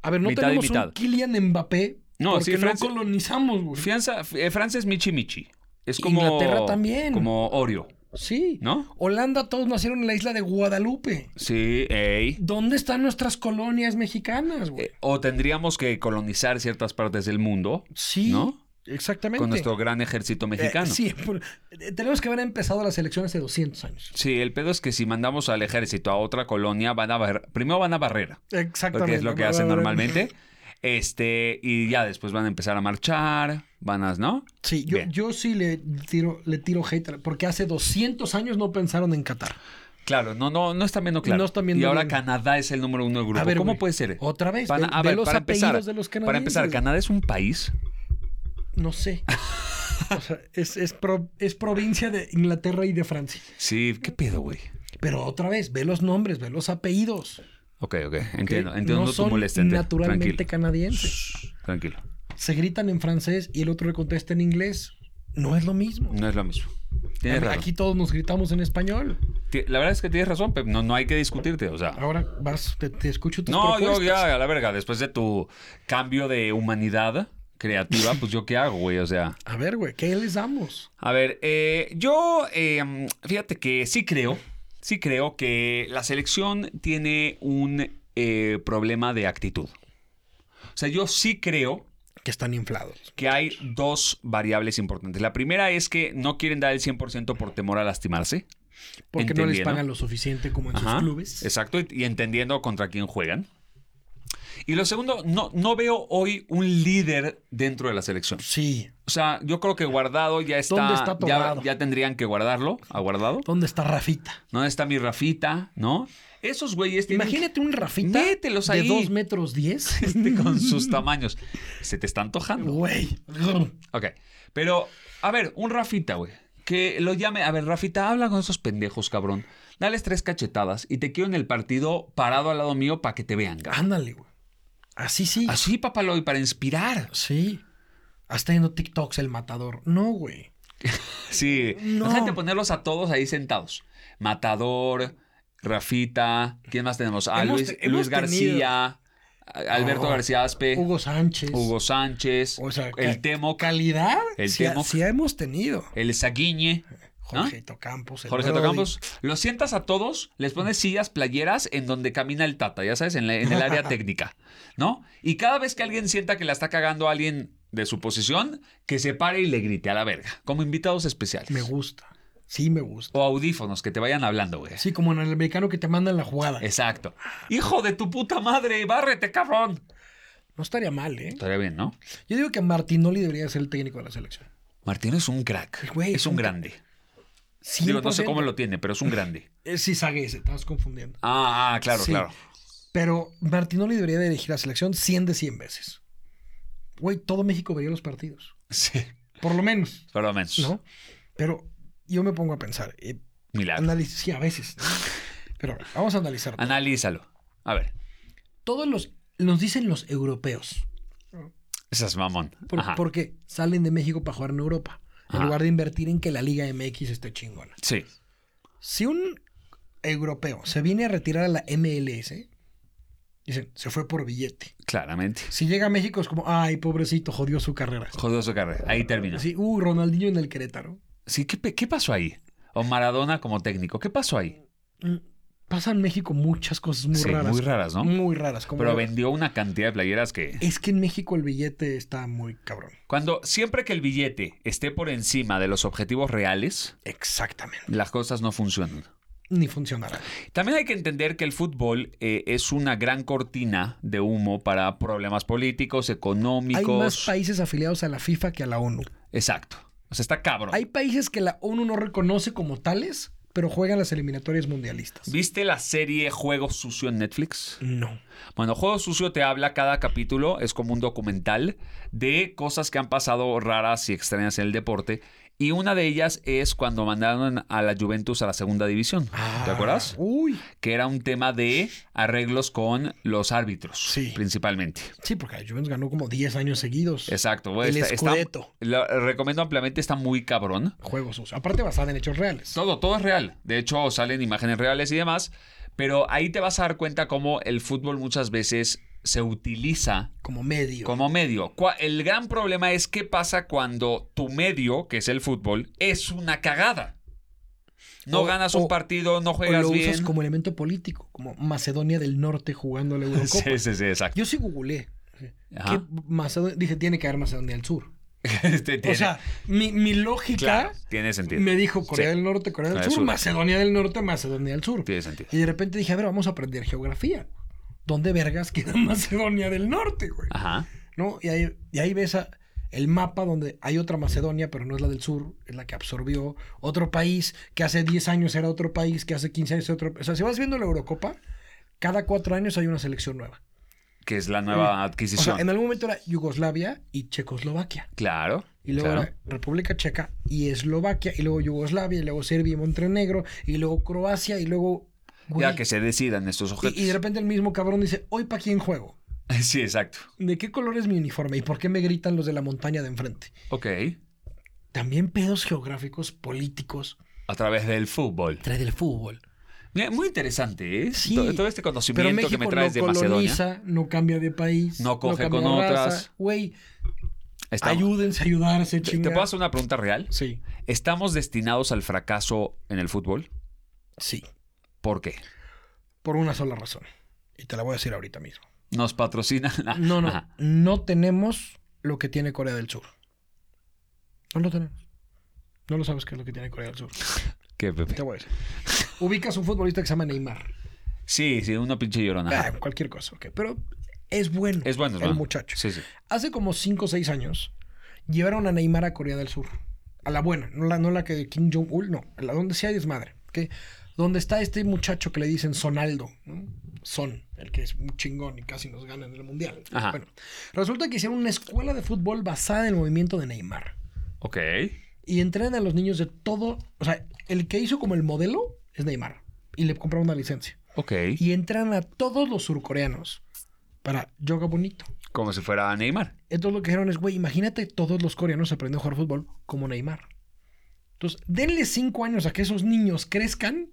Speaker 2: A ver, no
Speaker 3: Mitad y
Speaker 2: tenemos
Speaker 3: mitad.
Speaker 2: un Kylian Mbappé
Speaker 3: No,
Speaker 2: porque
Speaker 3: sí,
Speaker 2: no
Speaker 3: Francia-
Speaker 2: colonizamos, güey.
Speaker 3: Fianza, eh, Francia es Michi Michi. Es como.
Speaker 2: Inglaterra también.
Speaker 3: Como Oreo.
Speaker 2: Sí.
Speaker 3: ¿No?
Speaker 2: Holanda, todos nacieron en la isla de Guadalupe.
Speaker 3: Sí, ey.
Speaker 2: ¿Dónde están nuestras colonias mexicanas, güey?
Speaker 3: Eh, o tendríamos que colonizar ciertas partes del mundo
Speaker 2: sí.
Speaker 3: ¿no?
Speaker 2: Exactamente.
Speaker 3: con nuestro gran ejército
Speaker 2: Eh,
Speaker 3: mexicano.
Speaker 2: sí, por- eh, tenemos que haber empezado las elecciones hace 200 años.
Speaker 3: Sí, el pedo es que si mandamos al ejército a otra colonia, van a barrer- primero van a barrera,
Speaker 2: Exactamente.
Speaker 3: porque es lo que hacen normalmente. Este, y ya después van a empezar a marchar, van a, ¿no?
Speaker 2: Sí, yo,
Speaker 3: Bien.
Speaker 2: yo sí le tiro, le tiro hate a la- porque hace 200 años no pensaron en Qatar.
Speaker 3: Claro, no, no, no están viendo claro.
Speaker 2: No están viendo
Speaker 3: y ahora
Speaker 2: bien.
Speaker 3: Canadá es el número uno del grupo.
Speaker 2: A ver,
Speaker 3: ¿Cómo
Speaker 2: güey,
Speaker 3: puede ser?
Speaker 2: otra vez,
Speaker 3: Van a-
Speaker 2: ve-
Speaker 3: a
Speaker 2: ve
Speaker 3: ver,
Speaker 2: los
Speaker 3: para empezar,
Speaker 2: apellidos de los
Speaker 3: para empezar,
Speaker 2: canadienses.
Speaker 3: Canadá es un país.
Speaker 2: No sé. O sea, es, es pro- es provincia de Inglaterra y de Francia.
Speaker 3: Sí, qué pedo, güey.
Speaker 2: Pero otra vez, ve los nombres, ve los apellidos.
Speaker 3: Ok, ok,
Speaker 2: ¿ok?
Speaker 3: entiendo, entiendo
Speaker 2: no
Speaker 3: tu
Speaker 2: son
Speaker 3: molestia, entiendo.
Speaker 2: naturalmente
Speaker 3: Tranquilo.
Speaker 2: canadienses.
Speaker 3: Shh, Tranquilo,
Speaker 2: Se gritan en francés y el otro le contesta en inglés. No es lo mismo.
Speaker 3: no es lo mismo. Tienes razón.
Speaker 2: Em, Aquí todos nos gritamos en español.
Speaker 3: Ti- La verdad es que tienes razón, Pep. No, no hay que discutirte, o sea.
Speaker 2: Ahora vas, te, te escucho tus
Speaker 3: No, yo
Speaker 2: propuestas.
Speaker 3: ya, a la verga, después de tu cambio de humanidad creativa, pues yo qué hago, güey, o sea.
Speaker 2: A ver, güey, ¿qué les damos?
Speaker 3: A ver, eh, yo eh, fíjate que sí creo, sí creo que la selección tiene un eh, problema de actitud. O sea, yo sí creo
Speaker 2: Que están inflados.
Speaker 3: que hay dos variables importantes. La primera es que no quieren dar el 100% por temor a lastimarse.
Speaker 2: Porque no les
Speaker 3: Entendiendo.
Speaker 2: pagan lo suficiente como en
Speaker 3: Ajá,
Speaker 2: sus clubes.
Speaker 3: Exacto, y, y entendiendo contra quién juegan. Y lo segundo, no, no veo hoy un líder dentro de la selección.
Speaker 2: Sí.
Speaker 3: O sea, yo creo que Guardado ya está.
Speaker 2: ¿Dónde está
Speaker 3: ya-
Speaker 2: Torrado?
Speaker 3: ya, tendrían que guardarlo, a Guardado.
Speaker 2: ¿Dónde está Rafita?
Speaker 3: ¿Dónde está mi Rafita? ¿No? Esos güeyes tienen.
Speaker 2: Imagínate un Rafita
Speaker 3: Mételos ahí.
Speaker 2: de 2 metros
Speaker 3: [LAUGHS]
Speaker 2: 10.
Speaker 3: Este, con sus tamaños. Se te está antojando.
Speaker 2: Güey.
Speaker 3: Ok. Pero, a ver, un Rafita, güey. Que lo llame. A ver, Rafita, habla con esos pendejos, cabrón. Dales tres cachetadas y te quiero en el partido parado al lado mío para que te vean. cabrón.
Speaker 2: Ándale, güey. Así sí.
Speaker 3: Así, papaloy, para inspirar.
Speaker 2: Sí. Hasta yendo TikToks el matador. No, güey.
Speaker 3: Sí.
Speaker 2: No.
Speaker 3: Imagínate ponerlos a todos ahí sentados. Matador, Rafita, ¿quién más tenemos? Ah,
Speaker 2: Hemos
Speaker 3: Luis,
Speaker 2: te- hemos
Speaker 3: Luis García, a- Alberto
Speaker 2: No.
Speaker 3: García Aspe, Eh, Hugo,
Speaker 2: Hugo Sánchez.
Speaker 3: Sánchez,
Speaker 2: O sea,
Speaker 3: el
Speaker 2: ca-
Speaker 3: Temo,
Speaker 2: Calidad.
Speaker 3: El
Speaker 2: sí,
Speaker 3: Temoc.
Speaker 2: sí hemos tenido.
Speaker 3: el Saguiñe,
Speaker 2: Jorge Campos. el
Speaker 3: Jorge
Speaker 2: Brody.
Speaker 3: Campos. Los sientas a todos, les pones sillas, playeras en donde camina el Tata, ya sabes, en, la- en el
Speaker 2: [LAUGHS]
Speaker 3: área técnica, ¿no? Y cada vez que alguien sienta que la está cagando a alguien de su posición, que se pare y le grite a la verga, como invitados especiales.
Speaker 2: Me gusta. Pues, Sí, me gusta.
Speaker 3: O audífonos que te vayan hablando, güey.
Speaker 2: Sí, como en el americano que te mandan la jugada.
Speaker 3: Exacto. Hijo de tu puta madre, bárrete, cabrón.
Speaker 2: No estaría mal, ¿eh?
Speaker 3: Estaría bien, ¿no?
Speaker 2: Yo digo que Martinoli debería ser el técnico de la selección.
Speaker 3: Martín es un crack.
Speaker 2: Güey,
Speaker 3: es un grande.
Speaker 2: Sí, pues, eh.
Speaker 3: Digo, no sé cómo lo tiene, pero es un grande.
Speaker 2: Es Sisague, Eh, se estabas confundiendo.
Speaker 3: Ah, ah, claro,
Speaker 2: Sí.
Speaker 3: claro.
Speaker 2: Pero Martinoli debería dirigir la selección 100 de 100 veces. Güey, todo México vería los partidos.
Speaker 3: Sí.
Speaker 2: Por lo menos,
Speaker 3: Pero menos.
Speaker 2: ¿no? Pero yo me pongo a pensar. eh,
Speaker 3: Milagro.
Speaker 2: análisis, sí, a veces.
Speaker 3: [LAUGHS]
Speaker 2: ¿no? Pero vamos a analizar.
Speaker 3: Analízalo. A ver.
Speaker 2: Todos los, nos dicen los europeos.
Speaker 3: Esas mamón.
Speaker 2: Por-
Speaker 3: Ajá.
Speaker 2: porque salen de México para jugar en Europa. En
Speaker 3: Ajá.
Speaker 2: lugar de invertir en que la Liga MX esté chingona.
Speaker 3: Sí.
Speaker 2: Si un europeo se viene a retirar a la MLS, dicen, se fue por billete.
Speaker 3: Claramente.
Speaker 2: Si llega a México es como, ay, pobrecito, jodió su carrera.
Speaker 3: Jodido su carrera. Ahí termina. Sí,
Speaker 2: Sí, uh, Ronaldinho en el Querétaro.
Speaker 3: ¿qué, pe- qué pasó ahí? O Maradona como técnico. ¿Qué pasó ahí?
Speaker 2: Mm, Pasa en México muchas cosas muy
Speaker 3: Sí,
Speaker 2: raras.
Speaker 3: muy raras, ¿no?
Speaker 2: Muy raras. como-
Speaker 3: Pero vendió una cantidad de playeras que...
Speaker 2: Es que en México el billete está muy cabrón.
Speaker 3: Cuando siempre que el billete esté por encima de los objetivos reales,
Speaker 2: Exactamente.
Speaker 3: las cosas no funcionan.
Speaker 2: Ni funcionará.
Speaker 3: También hay que entender que el fútbol eh, es una gran cortina de humo para problemas políticos,
Speaker 2: Hay más
Speaker 3: económicos.
Speaker 2: países afiliados a la FIFA que a la ONU.
Speaker 3: Exacto. O sea, está cabrón.
Speaker 2: Hay países que la ONU no reconoce como tales, pero juegan las eliminatorias mundialistas.
Speaker 3: ¿Viste la serie Juego Sucio en Netflix?
Speaker 2: No.
Speaker 3: Bueno, Juego Sucio te habla cada capítulo, es como un documental de cosas que han pasado raras y extrañas en el deporte. Y una de ellas es cuando mandaron a la Juventus a la segunda división. ¿Te acuerdas?
Speaker 2: Ah, Uy.
Speaker 3: Que era un tema de arreglos con los árbitros,
Speaker 2: Sí.
Speaker 3: principalmente.
Speaker 2: Sí, porque la Juventus ganó como 10 años seguidos.
Speaker 3: Exacto. güey,
Speaker 2: El
Speaker 3: está- está-
Speaker 2: Scudetto.
Speaker 3: la- recomiendo ampliamente, está muy cabrón.
Speaker 2: Juegos sucios. Aparte basada en hechos reales.
Speaker 3: Todo, todo es real. De hecho, salen imágenes reales y demás. Pero ahí te vas a dar cuenta cómo el fútbol muchas veces se utiliza
Speaker 2: Como medio.
Speaker 3: como medio. Cua- El gran problema es qué pasa cuando tu medio, que es el fútbol, es una cagada. No
Speaker 2: O-
Speaker 3: ganas un
Speaker 2: o-
Speaker 3: partido, no
Speaker 2: o
Speaker 3: juegas
Speaker 2: lo
Speaker 3: bien.
Speaker 2: usas como elemento político, como Macedonia del Norte jugando la Eurocopa.
Speaker 3: [LAUGHS] Sí, sí, sí, exacto.
Speaker 2: Yo sí googleé.
Speaker 3: Ajá.
Speaker 2: que Macedonia- dije, tiene que haber Macedonia del Sur.
Speaker 3: [LAUGHS] Este tiene-
Speaker 2: O sea, mi, mi
Speaker 3: claro,
Speaker 2: lógica
Speaker 3: tiene sentido.
Speaker 2: me dijo Corea
Speaker 3: Sí.
Speaker 2: del Norte, Corea del
Speaker 3: Corea
Speaker 2: Sur,
Speaker 3: del Sur.
Speaker 2: Macedonia del Norte, Macedonia del Sur.
Speaker 3: Tiene sentido.
Speaker 2: Y de repente dije, a ver, vamos a aprender geografía. ¿Dónde vergas queda [LAUGHS] Macedonia del Norte, güey?
Speaker 3: Ajá.
Speaker 2: ¿No? Y ahí, y ahí ves a- el mapa donde hay otra Macedonia, pero no es la del sur, es la que absorbió otro país, que hace 10 años era otro país, que hace 15 años era otro... O sea, si vas viendo la Eurocopa, cada cuatro años hay una selección nueva.
Speaker 3: Que es la nueva
Speaker 2: O
Speaker 3: adquisición.
Speaker 2: sea, en algún momento era Yugoslavia y Checoslovaquia.
Speaker 3: Claro.
Speaker 2: Y luego
Speaker 3: claro.
Speaker 2: era República Checa y Eslovaquia, y luego Yugoslavia, y luego Serbia y Montenegro, y luego Croacia, y luego... güey,
Speaker 3: Ya que se decidan estos objetos. [LAUGHS]
Speaker 2: y, y de repente el mismo cabrón dice, ¿hoy para quién juego?
Speaker 3: Sí, exacto.
Speaker 2: ¿De qué color es mi uniforme? ¿Y por qué me gritan los de la montaña de enfrente?
Speaker 3: Ok.
Speaker 2: También pedos geográficos, políticos,
Speaker 3: A través del fútbol.
Speaker 2: trae del fútbol.
Speaker 3: Mira, Muy interesante, ¿eh?
Speaker 2: Sí.
Speaker 3: To- Todo este
Speaker 2: Pero
Speaker 3: conocimiento
Speaker 2: México
Speaker 3: que me traes
Speaker 2: no
Speaker 3: de Macedonia.
Speaker 2: coloniza, no cambia de país.
Speaker 3: No coge
Speaker 2: cambia
Speaker 3: con
Speaker 2: de raza.
Speaker 3: otras.
Speaker 2: Güey,
Speaker 3: Está-
Speaker 2: ayúdense a ayudarse,
Speaker 3: ¿Te-
Speaker 2: chinga.
Speaker 3: ¿Te puedo hacer una pregunta real?
Speaker 2: Sí,
Speaker 3: ¿Estamos destinados al fracaso en el fútbol?
Speaker 2: sí.
Speaker 3: ¿Por qué?
Speaker 2: Por una sola razón. Y te la voy a decir ahorita mismo.
Speaker 3: ¿Nos patrocina? [LAUGHS]
Speaker 2: No, no.
Speaker 3: Ah, Ajá.
Speaker 2: No tenemos lo que tiene Corea del Sur. No lo tenemos. No lo sabes qué es lo que tiene Corea del Sur.
Speaker 3: ¿Qué, Pepe?
Speaker 2: Te voy a decir. [LAUGHS] Ubicas un futbolista que se llama Neymar.
Speaker 3: Ah, Sí, sí, una pinche llorona.
Speaker 2: Ah, cualquier cosa, ok. Pero es bueno.
Speaker 3: Es bueno, es
Speaker 2: el
Speaker 3: bueno.
Speaker 2: muchacho.
Speaker 3: Sí, sí.
Speaker 2: Hace como 5 o 6 años llevaron a Neymar a Corea del Sur. A la buena, no la, no la que de Kim Jong-un, no. La donde sí hay desmadre. ¿ok? Donde está este muchacho que le dicen Sonaldo. ¿no? Son, el que es un chingón y casi nos gana en el mundial.
Speaker 3: Ajá.
Speaker 2: Bueno, resulta que hicieron una escuela de fútbol basada en el movimiento de Neymar.
Speaker 3: Ok.
Speaker 2: Y entrenan a los niños de todo. O sea, el que hizo como el modelo es Neymar. Y le compraron una licencia.
Speaker 3: Ok.
Speaker 2: Y entran a todos los surcoreanos para yoga bonito.
Speaker 3: Como si fuera Neymar.
Speaker 2: Entonces lo que dijeron es, güey, imagínate todos los coreanos aprendiendo a jugar fútbol como Neymar. Entonces, denle cinco años a que esos niños crezcan,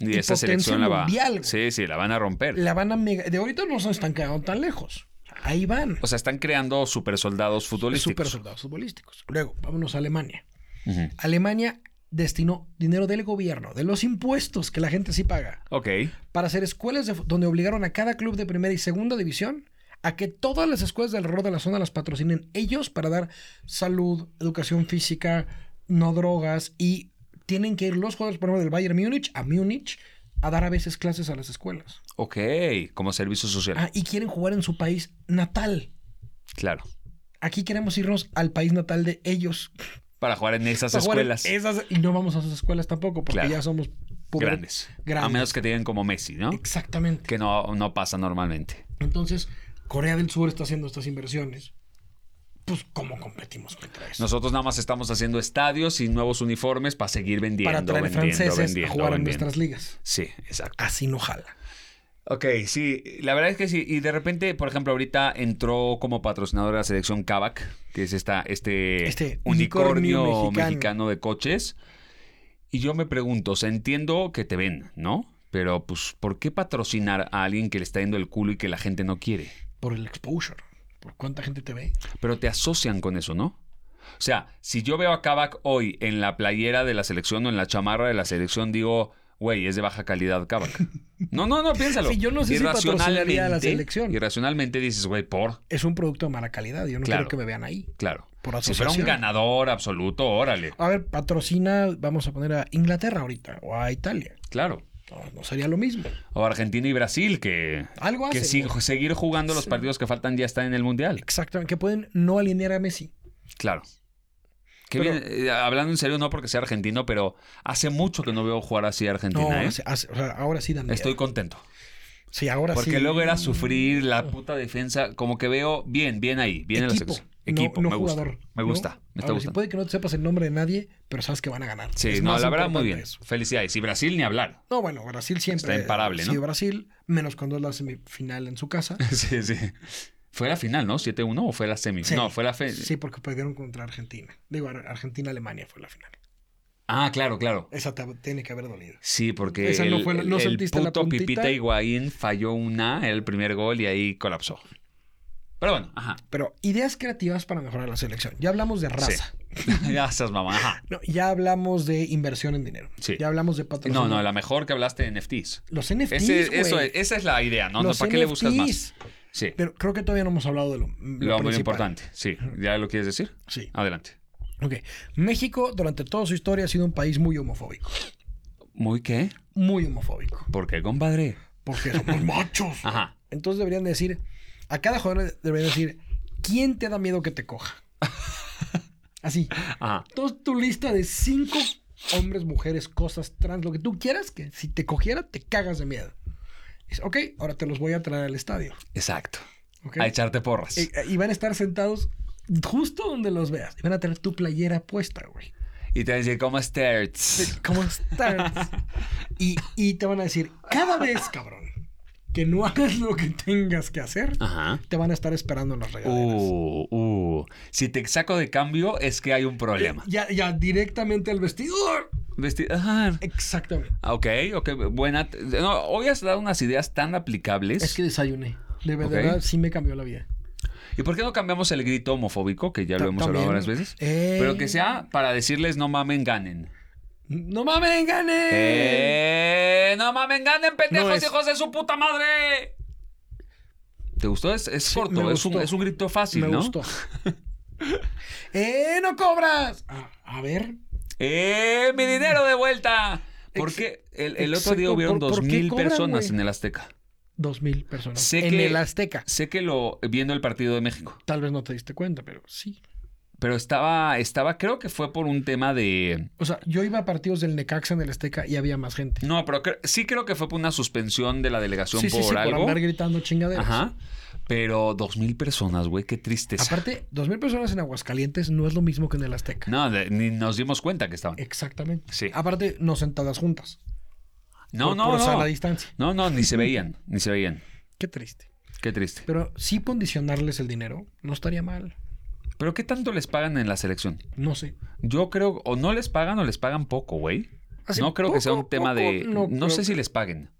Speaker 3: Y,
Speaker 2: Y
Speaker 3: esa
Speaker 2: potencia
Speaker 3: selección la va.
Speaker 2: mundial, güey.
Speaker 3: sí, sí, la van a romper.
Speaker 2: la van a mega... De ahorita no se están quedando tan lejos. Ahí van.
Speaker 3: O sea, están creando supersoldados futbolísticos.
Speaker 2: Super soldados futbolísticos. Luego, vámonos a Alemania.
Speaker 3: Ujú.
Speaker 2: Alemania destinó dinero del gobierno, de los impuestos que la gente sí paga,
Speaker 3: Ok.
Speaker 2: para hacer escuelas de fu- donde obligaron a cada club de primera y segunda división a que todas las escuelas de alrededor de la zona las patrocinen ellos para dar salud, educación física, no drogas y tienen que ir los jugadores, por ejemplo, del Bayern Múnich a Múnich a dar a veces clases a las escuelas.
Speaker 3: Ok. Como servicio social.
Speaker 2: Ah, y quieren jugar en su país natal.
Speaker 3: Claro.
Speaker 2: Aquí queremos irnos al país natal de ellos.
Speaker 3: Para jugar en esas
Speaker 2: Para jugar en
Speaker 3: escuelas
Speaker 2: esas- y no vamos a sus escuelas tampoco porque
Speaker 3: Claro.
Speaker 2: ya somos puber-
Speaker 3: grandes.
Speaker 2: grandes.
Speaker 3: A menos que te digan como Messi, ¿no?
Speaker 2: Exactamente.
Speaker 3: Que no, no pasa normalmente.
Speaker 2: Entonces, Corea del Sur está haciendo estas inversiones. Pues, ¿cómo competimos contra eso?
Speaker 3: Nosotros nada más estamos haciendo estadios y nuevos uniformes para seguir vendiendo,
Speaker 2: Para traer
Speaker 3: vendiendo,
Speaker 2: franceses
Speaker 3: vendiendo,
Speaker 2: a jugar en
Speaker 3: vendiendo.
Speaker 2: nuestras ligas.
Speaker 3: Sí, exacto.
Speaker 2: Así no jala.
Speaker 3: Ok, sí, la verdad es que sí. Y de repente, por ejemplo, ahorita entró como patrocinador de la selección Kavak, que es esta, este,
Speaker 2: Este
Speaker 3: unicornio,
Speaker 2: unicornio
Speaker 3: mexicano.
Speaker 2: mexicano.
Speaker 3: de coches. Y yo me pregunto, o sea, entiendo que te ven, ¿no? Pero, pues, ¿por qué patrocinar a alguien que le está yendo el culo y que la gente no quiere?
Speaker 2: Por el exposure. Por cuánta gente te ve.
Speaker 3: Pero te asocian con eso, ¿no? O sea, si yo veo a Kavak hoy en la playera de la selección o en la chamarra de la selección, digo, güey, es de baja calidad Kavak. [LAUGHS] No, no, no, piénsalo.
Speaker 2: Sí, yo no sé si patrocinaría a la
Speaker 3: Irracionalmente-
Speaker 2: selección.
Speaker 3: Irracionalmente dices, güey, por.
Speaker 2: Es un producto de mala calidad. Yo no
Speaker 3: Claro.
Speaker 2: quiero que me vean ahí.
Speaker 3: Claro.
Speaker 2: Por
Speaker 3: si fuera un
Speaker 2: asociación.
Speaker 3: ganador absoluto, órale.
Speaker 2: A ver, patrocina, vamos a poner a Inglaterra ahorita o a Italia.
Speaker 3: Claro.
Speaker 2: No, no sería lo mismo.
Speaker 3: O Argentina y Brasil, que,
Speaker 2: Algo
Speaker 3: que
Speaker 2: hacen,
Speaker 3: sin-
Speaker 2: güey.
Speaker 3: seguir jugando los partidos que faltan ya están en el Mundial.
Speaker 2: Exactamente. Que pueden no alinear a Messi.
Speaker 3: Claro. Qué
Speaker 2: Pero-
Speaker 3: bien, eh, hablando en serio, no porque sea argentino, pero hace mucho que no veo jugar así a Argentina.
Speaker 2: No,
Speaker 3: ¿eh?
Speaker 2: hace- hace- o sea, ahora sí dan miedo.
Speaker 3: Estoy contento.
Speaker 2: Sí, ahora sí.
Speaker 3: Porque luego era sufrir la puta defensa. Como que veo bien, bien ahí. Bien en la
Speaker 2: equipo,
Speaker 3: sección.
Speaker 2: no-
Speaker 3: Equipo,
Speaker 2: no
Speaker 3: me gusta.
Speaker 2: jugador,
Speaker 3: Me
Speaker 2: ¿no?
Speaker 3: gusta, me está
Speaker 2: Ahora, sí,
Speaker 3: gustando.
Speaker 2: puede que no te sepas el nombre de nadie, pero sabes que van a ganar.
Speaker 3: Sí,
Speaker 2: Es
Speaker 3: no,
Speaker 2: más
Speaker 3: la verdad, muy
Speaker 2: importante
Speaker 3: bien.
Speaker 2: eso.
Speaker 3: Felicidades. Y Brasil ni hablar. [LAUGHS]
Speaker 2: No, bueno, Brasil siempre.
Speaker 3: Está imparable, ¿no?
Speaker 2: Sí, Brasil, menos cuando es la semifinal en
Speaker 3: [LAUGHS]
Speaker 2: su casa.
Speaker 3: sí, sí. Fue la final, ¿no? ¿7-1 o fue la semi?
Speaker 2: Sí.
Speaker 3: No, fue la fe.
Speaker 2: Sí, porque perdieron contra Argentina. Digo, Ar- Argentina-Alemania fue la final.
Speaker 3: Ah, claro, claro.
Speaker 2: Esa te- tiene que haber dolido.
Speaker 3: Sí, porque
Speaker 2: Esa no
Speaker 3: el,
Speaker 2: fue la- no
Speaker 3: el
Speaker 2: sentiste la
Speaker 3: puto
Speaker 2: puntita.
Speaker 3: Pipita Higuaín falló una, era el primer gol y ahí colapsó. Pero bueno, ajá. [LAUGHS]
Speaker 2: Pero ideas creativas para mejorar la selección. Ya hablamos de raza.
Speaker 3: Sí. ya estás mamá. Ajá.
Speaker 2: No, ya hablamos de inversión en dinero.
Speaker 3: Sí.
Speaker 2: Ya hablamos de
Speaker 3: No,
Speaker 2: patrocinio.
Speaker 3: no, la mejor que hablaste de NFTs.
Speaker 2: Los NFTs,
Speaker 3: Ese- eso
Speaker 2: güey.
Speaker 3: es- esa es la idea, ¿no?
Speaker 2: Los
Speaker 3: ¿Para qué le buscas más?
Speaker 2: NFTs.
Speaker 3: Sí.
Speaker 2: Pero creo que todavía no hemos hablado de lo, lo
Speaker 3: Lo muy
Speaker 2: principal.
Speaker 3: importante. Sí. ¿Ya lo quieres decir?
Speaker 2: Sí.
Speaker 3: Adelante.
Speaker 2: Ok. México durante toda su historia ha sido un país muy homofóbico.
Speaker 3: ¿Muy qué?
Speaker 2: Muy homofóbico.
Speaker 3: ¿Por qué, compadre?
Speaker 2: Porque somos machos.
Speaker 3: Ajá.
Speaker 2: Entonces deberían decir, a cada jugador deberían decir, ¿quién te da miedo que te coja? Así.
Speaker 3: Ajá.
Speaker 2: Entonces tu lista de cinco hombres, mujeres, cosas trans, lo que tú quieras, que si te cogiera, te cagas de miedo. Dices, ok, ahora te los voy a traer al estadio.
Speaker 3: Exacto.
Speaker 2: ¿ok?
Speaker 3: A echarte porras.
Speaker 2: Y, y van a estar sentados justo donde los veas. Y van a tener tu playera puesta, güey.
Speaker 3: Y te van a decir, ¿cómo estás?
Speaker 2: ¿Cómo estás? Y, y te van a decir, cada vez, cabrón, que no hagas lo que tengas que hacer,
Speaker 3: Ajá.
Speaker 2: te van a estar esperando en los regalos.
Speaker 3: Uh, uh. Si te saco de cambio, es que hay un problema.
Speaker 2: Ya, ya directamente al vestidor.
Speaker 3: Vesti- Ajá.
Speaker 2: Exactamente.
Speaker 3: Ah, Ok, ok, buena. No, hoy has dado unas ideas tan aplicables.
Speaker 2: Es que desayuné. De
Speaker 3: Ok.
Speaker 2: verdad, sí me cambió la vida.
Speaker 3: ¿Y por qué no cambiamos el grito homofóbico, que ya lo
Speaker 2: Ta-
Speaker 3: hemos hablado
Speaker 2: también.
Speaker 3: varias veces?
Speaker 2: Eh.
Speaker 3: Pero que sea para decirles no mamen, ganen.
Speaker 2: ¡No mames, gané!
Speaker 3: ¡Eh! ¡No mamen, ganen, pendejos,
Speaker 2: No es-
Speaker 3: hijos de su puta madre! ¿Te gustó? Es, es
Speaker 2: Sí,
Speaker 3: corto,
Speaker 2: me
Speaker 3: es un,
Speaker 2: gustó.
Speaker 3: es un grito fácil,
Speaker 2: me
Speaker 3: ¿no? [LAUGHS]
Speaker 2: gustó. ¡Eh, no cobras! Ah, a ver.
Speaker 3: ¡Eh! ¡Mi dinero de vuelta! Porque el, el otro día
Speaker 2: exacto,
Speaker 3: hubieron
Speaker 2: ¿por-
Speaker 3: dos
Speaker 2: por qué
Speaker 3: mil
Speaker 2: cobran,
Speaker 3: personas
Speaker 2: güey?
Speaker 3: en el Azteca.
Speaker 2: Dos mil personas.
Speaker 3: Sé
Speaker 2: en
Speaker 3: que-
Speaker 2: el Azteca.
Speaker 3: Sé que lo viendo el partido de México.
Speaker 2: Tal vez no te diste cuenta, pero sí.
Speaker 3: Pero estaba, estaba, creo que fue por un tema de.
Speaker 2: O sea, yo iba a partidos del Necaxa en el Azteca y había más gente.
Speaker 3: No, pero cre- sí creo que fue por una suspensión de la delegación
Speaker 2: Sí, sí,
Speaker 3: por
Speaker 2: sí, por
Speaker 3: algo.
Speaker 2: andar gritando chingaderas.
Speaker 3: Ajá. Pero dos mil personas, güey, qué tristeza.
Speaker 2: Aparte, dos mil personas en Aguascalientes no es lo mismo que en el Azteca.
Speaker 3: No, de- ni nos dimos cuenta que
Speaker 2: eh,
Speaker 3: estaban.
Speaker 2: Exactamente.
Speaker 3: Sí.
Speaker 2: Aparte, no sentadas juntas.
Speaker 3: No,
Speaker 2: por-
Speaker 3: no,
Speaker 2: por
Speaker 3: no.
Speaker 2: sana distancia.
Speaker 3: No, no, ni se veían, ni se veían.
Speaker 2: Qué triste.
Speaker 3: Qué triste.
Speaker 2: Pero sí condicionarles el dinero no estaría mal.
Speaker 3: Pero ¿qué tanto les pagan en la selección?
Speaker 2: No sé.
Speaker 3: Yo creo, o no les pagan o les pagan poco, güey.
Speaker 2: Así,
Speaker 3: No creo que sea un
Speaker 2: poco,
Speaker 3: tema de.
Speaker 2: poco,
Speaker 3: No,
Speaker 2: no
Speaker 3: sé
Speaker 2: creo.
Speaker 3: si les paguen.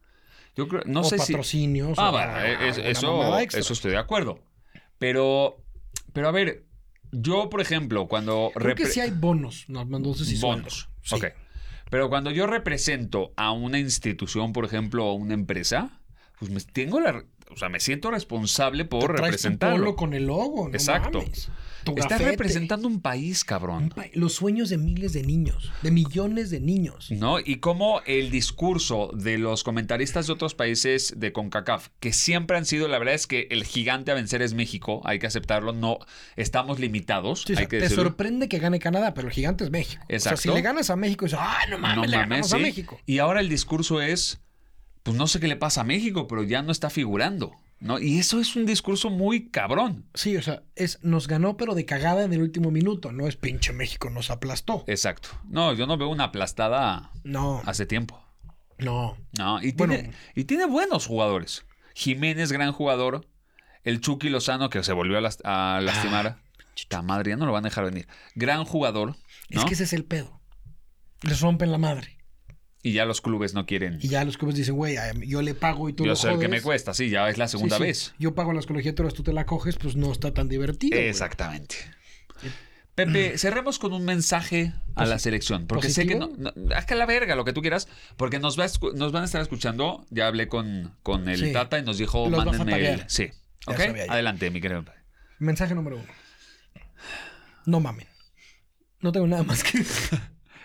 Speaker 3: Yo creo, no
Speaker 2: o
Speaker 3: sé si.
Speaker 2: patrocinios.
Speaker 3: Ah,
Speaker 2: o
Speaker 3: bueno,
Speaker 2: alguna
Speaker 3: es- eso,
Speaker 2: mamada extra.
Speaker 3: eso estoy de acuerdo. Pero, pero a ver, yo, por ejemplo, cuando...
Speaker 2: Creo que
Speaker 3: repre-
Speaker 2: sí hay bonos. No, no sé si
Speaker 3: bonos.
Speaker 2: sueldos. Sí.
Speaker 3: Ok. Pero cuando yo represento a una institución, por ejemplo, a una empresa, pues me tengo la... O sea, me siento responsable por
Speaker 2: Traes tu polo
Speaker 3: representarlo.
Speaker 2: con el logo. No
Speaker 3: Exacto.
Speaker 2: mames. Tu
Speaker 3: Estás
Speaker 2: gafete.
Speaker 3: representando un país,
Speaker 2: Un
Speaker 3: cabrón.
Speaker 2: pa- Los sueños de miles de niños. De millones de niños.
Speaker 3: ¿No? Y como el discurso de los comentaristas de otros países de CONCACAF, que siempre han sido, la verdad es que el gigante a vencer es México, hay que aceptarlo, no estamos limitados,
Speaker 2: Sí, o sea,
Speaker 3: hay que
Speaker 2: te
Speaker 3: decirlo.
Speaker 2: sorprende que gane Canadá, pero el gigante es México. O
Speaker 3: Exacto.
Speaker 2: sea, si le ganas a México, dices, ¡ah, no mames,
Speaker 3: No
Speaker 2: le
Speaker 3: mames,
Speaker 2: ganamos a
Speaker 3: sí.
Speaker 2: México!
Speaker 3: Y ahora el discurso es, pues no sé qué le pasa a México, pero ya no está figurando, ¿no? Y eso es un discurso muy cabrón.
Speaker 2: Sí, o sea, es, nos ganó, pero de cagada en el último minuto. No es pinche México, nos aplastó.
Speaker 3: Exacto. No, yo no veo una aplastada
Speaker 2: No,
Speaker 3: hace tiempo.
Speaker 2: no.
Speaker 3: No, y
Speaker 2: Bueno.
Speaker 3: tiene, y tiene buenos jugadores. Jiménez, gran jugador. El Chucky Lozano, que se volvió a, las- a lastimar.
Speaker 2: Ah.
Speaker 3: Puta madre, ya no lo van a dejar venir. Gran jugador.
Speaker 2: Es
Speaker 3: ¿no?
Speaker 2: que ese es el pedo. Les rompen la madre.
Speaker 3: Y ya los clubes no quieren.
Speaker 2: Y ya los clubes dicen, güey, a- yo le pago y tú
Speaker 3: Yo
Speaker 2: lo
Speaker 3: sé el que
Speaker 2: jodes".
Speaker 3: me cuesta, sí, ya es la
Speaker 2: Sí,
Speaker 3: segunda
Speaker 2: sí.
Speaker 3: vez.
Speaker 2: Yo pago las colegiaturas, tú te la coges, pues no está tan divertido. güey.
Speaker 3: Exactamente.
Speaker 2: [CLEARS THROAT]
Speaker 3: Pepe, cerremos con un mensaje a la selección, porque sé que
Speaker 2: ¿positivo?
Speaker 3: no, no- haz que la verga lo que tú quieras, porque nos, va a escu- nos van a estar escuchando. Ya hablé con, con el
Speaker 2: Sí.
Speaker 3: Tata y nos dijo,
Speaker 2: Los vas a
Speaker 3: mándenme el-
Speaker 2: taggear.
Speaker 3: Sí.
Speaker 2: Ya
Speaker 3: ¿Ok?
Speaker 2: sabía yo.
Speaker 3: Adelante, mi querido.
Speaker 2: Mensaje número uno. No mamen. No tengo nada más
Speaker 3: [LAUGHS]
Speaker 2: que decir.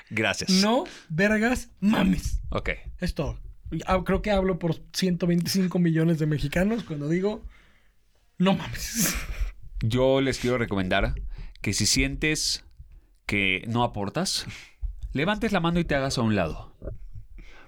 Speaker 3: Gracias.
Speaker 2: No vergas mames.
Speaker 3: Ok.
Speaker 2: Es todo. Ah, Creo que hablo por 125 millones de mexicanos cuando digo no mames.
Speaker 3: Yo les quiero recomendar que si sientes que no aportas, levantes la mano y te hagas a un lado.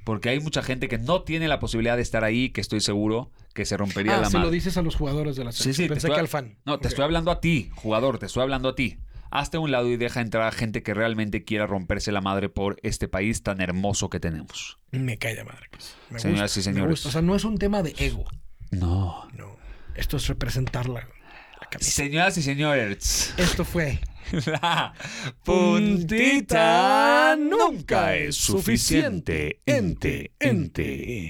Speaker 3: Porque hay mucha gente que no tiene la posibilidad de estar ahí, que estoy seguro que se rompería
Speaker 2: Ah,
Speaker 3: la
Speaker 2: se
Speaker 3: mano.
Speaker 2: lo dices a los jugadores de la
Speaker 3: Sí,
Speaker 2: selección.
Speaker 3: sí, te
Speaker 2: Pensé
Speaker 3: estoy-
Speaker 2: que al fan.
Speaker 3: No, te
Speaker 2: Ok.
Speaker 3: estoy hablando a ti, jugador, te estoy hablando a ti. Hazte a un lado y deja entrar a gente que realmente quiera romperse la madre por este país tan hermoso que tenemos.
Speaker 2: Me cae de madre. pues. Me
Speaker 3: Señoras
Speaker 2: gusta,
Speaker 3: y
Speaker 2: me
Speaker 3: señores.
Speaker 2: gusta. O sea, no es un tema de ego.
Speaker 3: No.
Speaker 2: No. Esto es representarla. La camisa.
Speaker 3: Señoras y señores,
Speaker 2: Esto fue.
Speaker 3: [LAUGHS] la puntita nunca es suficiente. Ente, ente.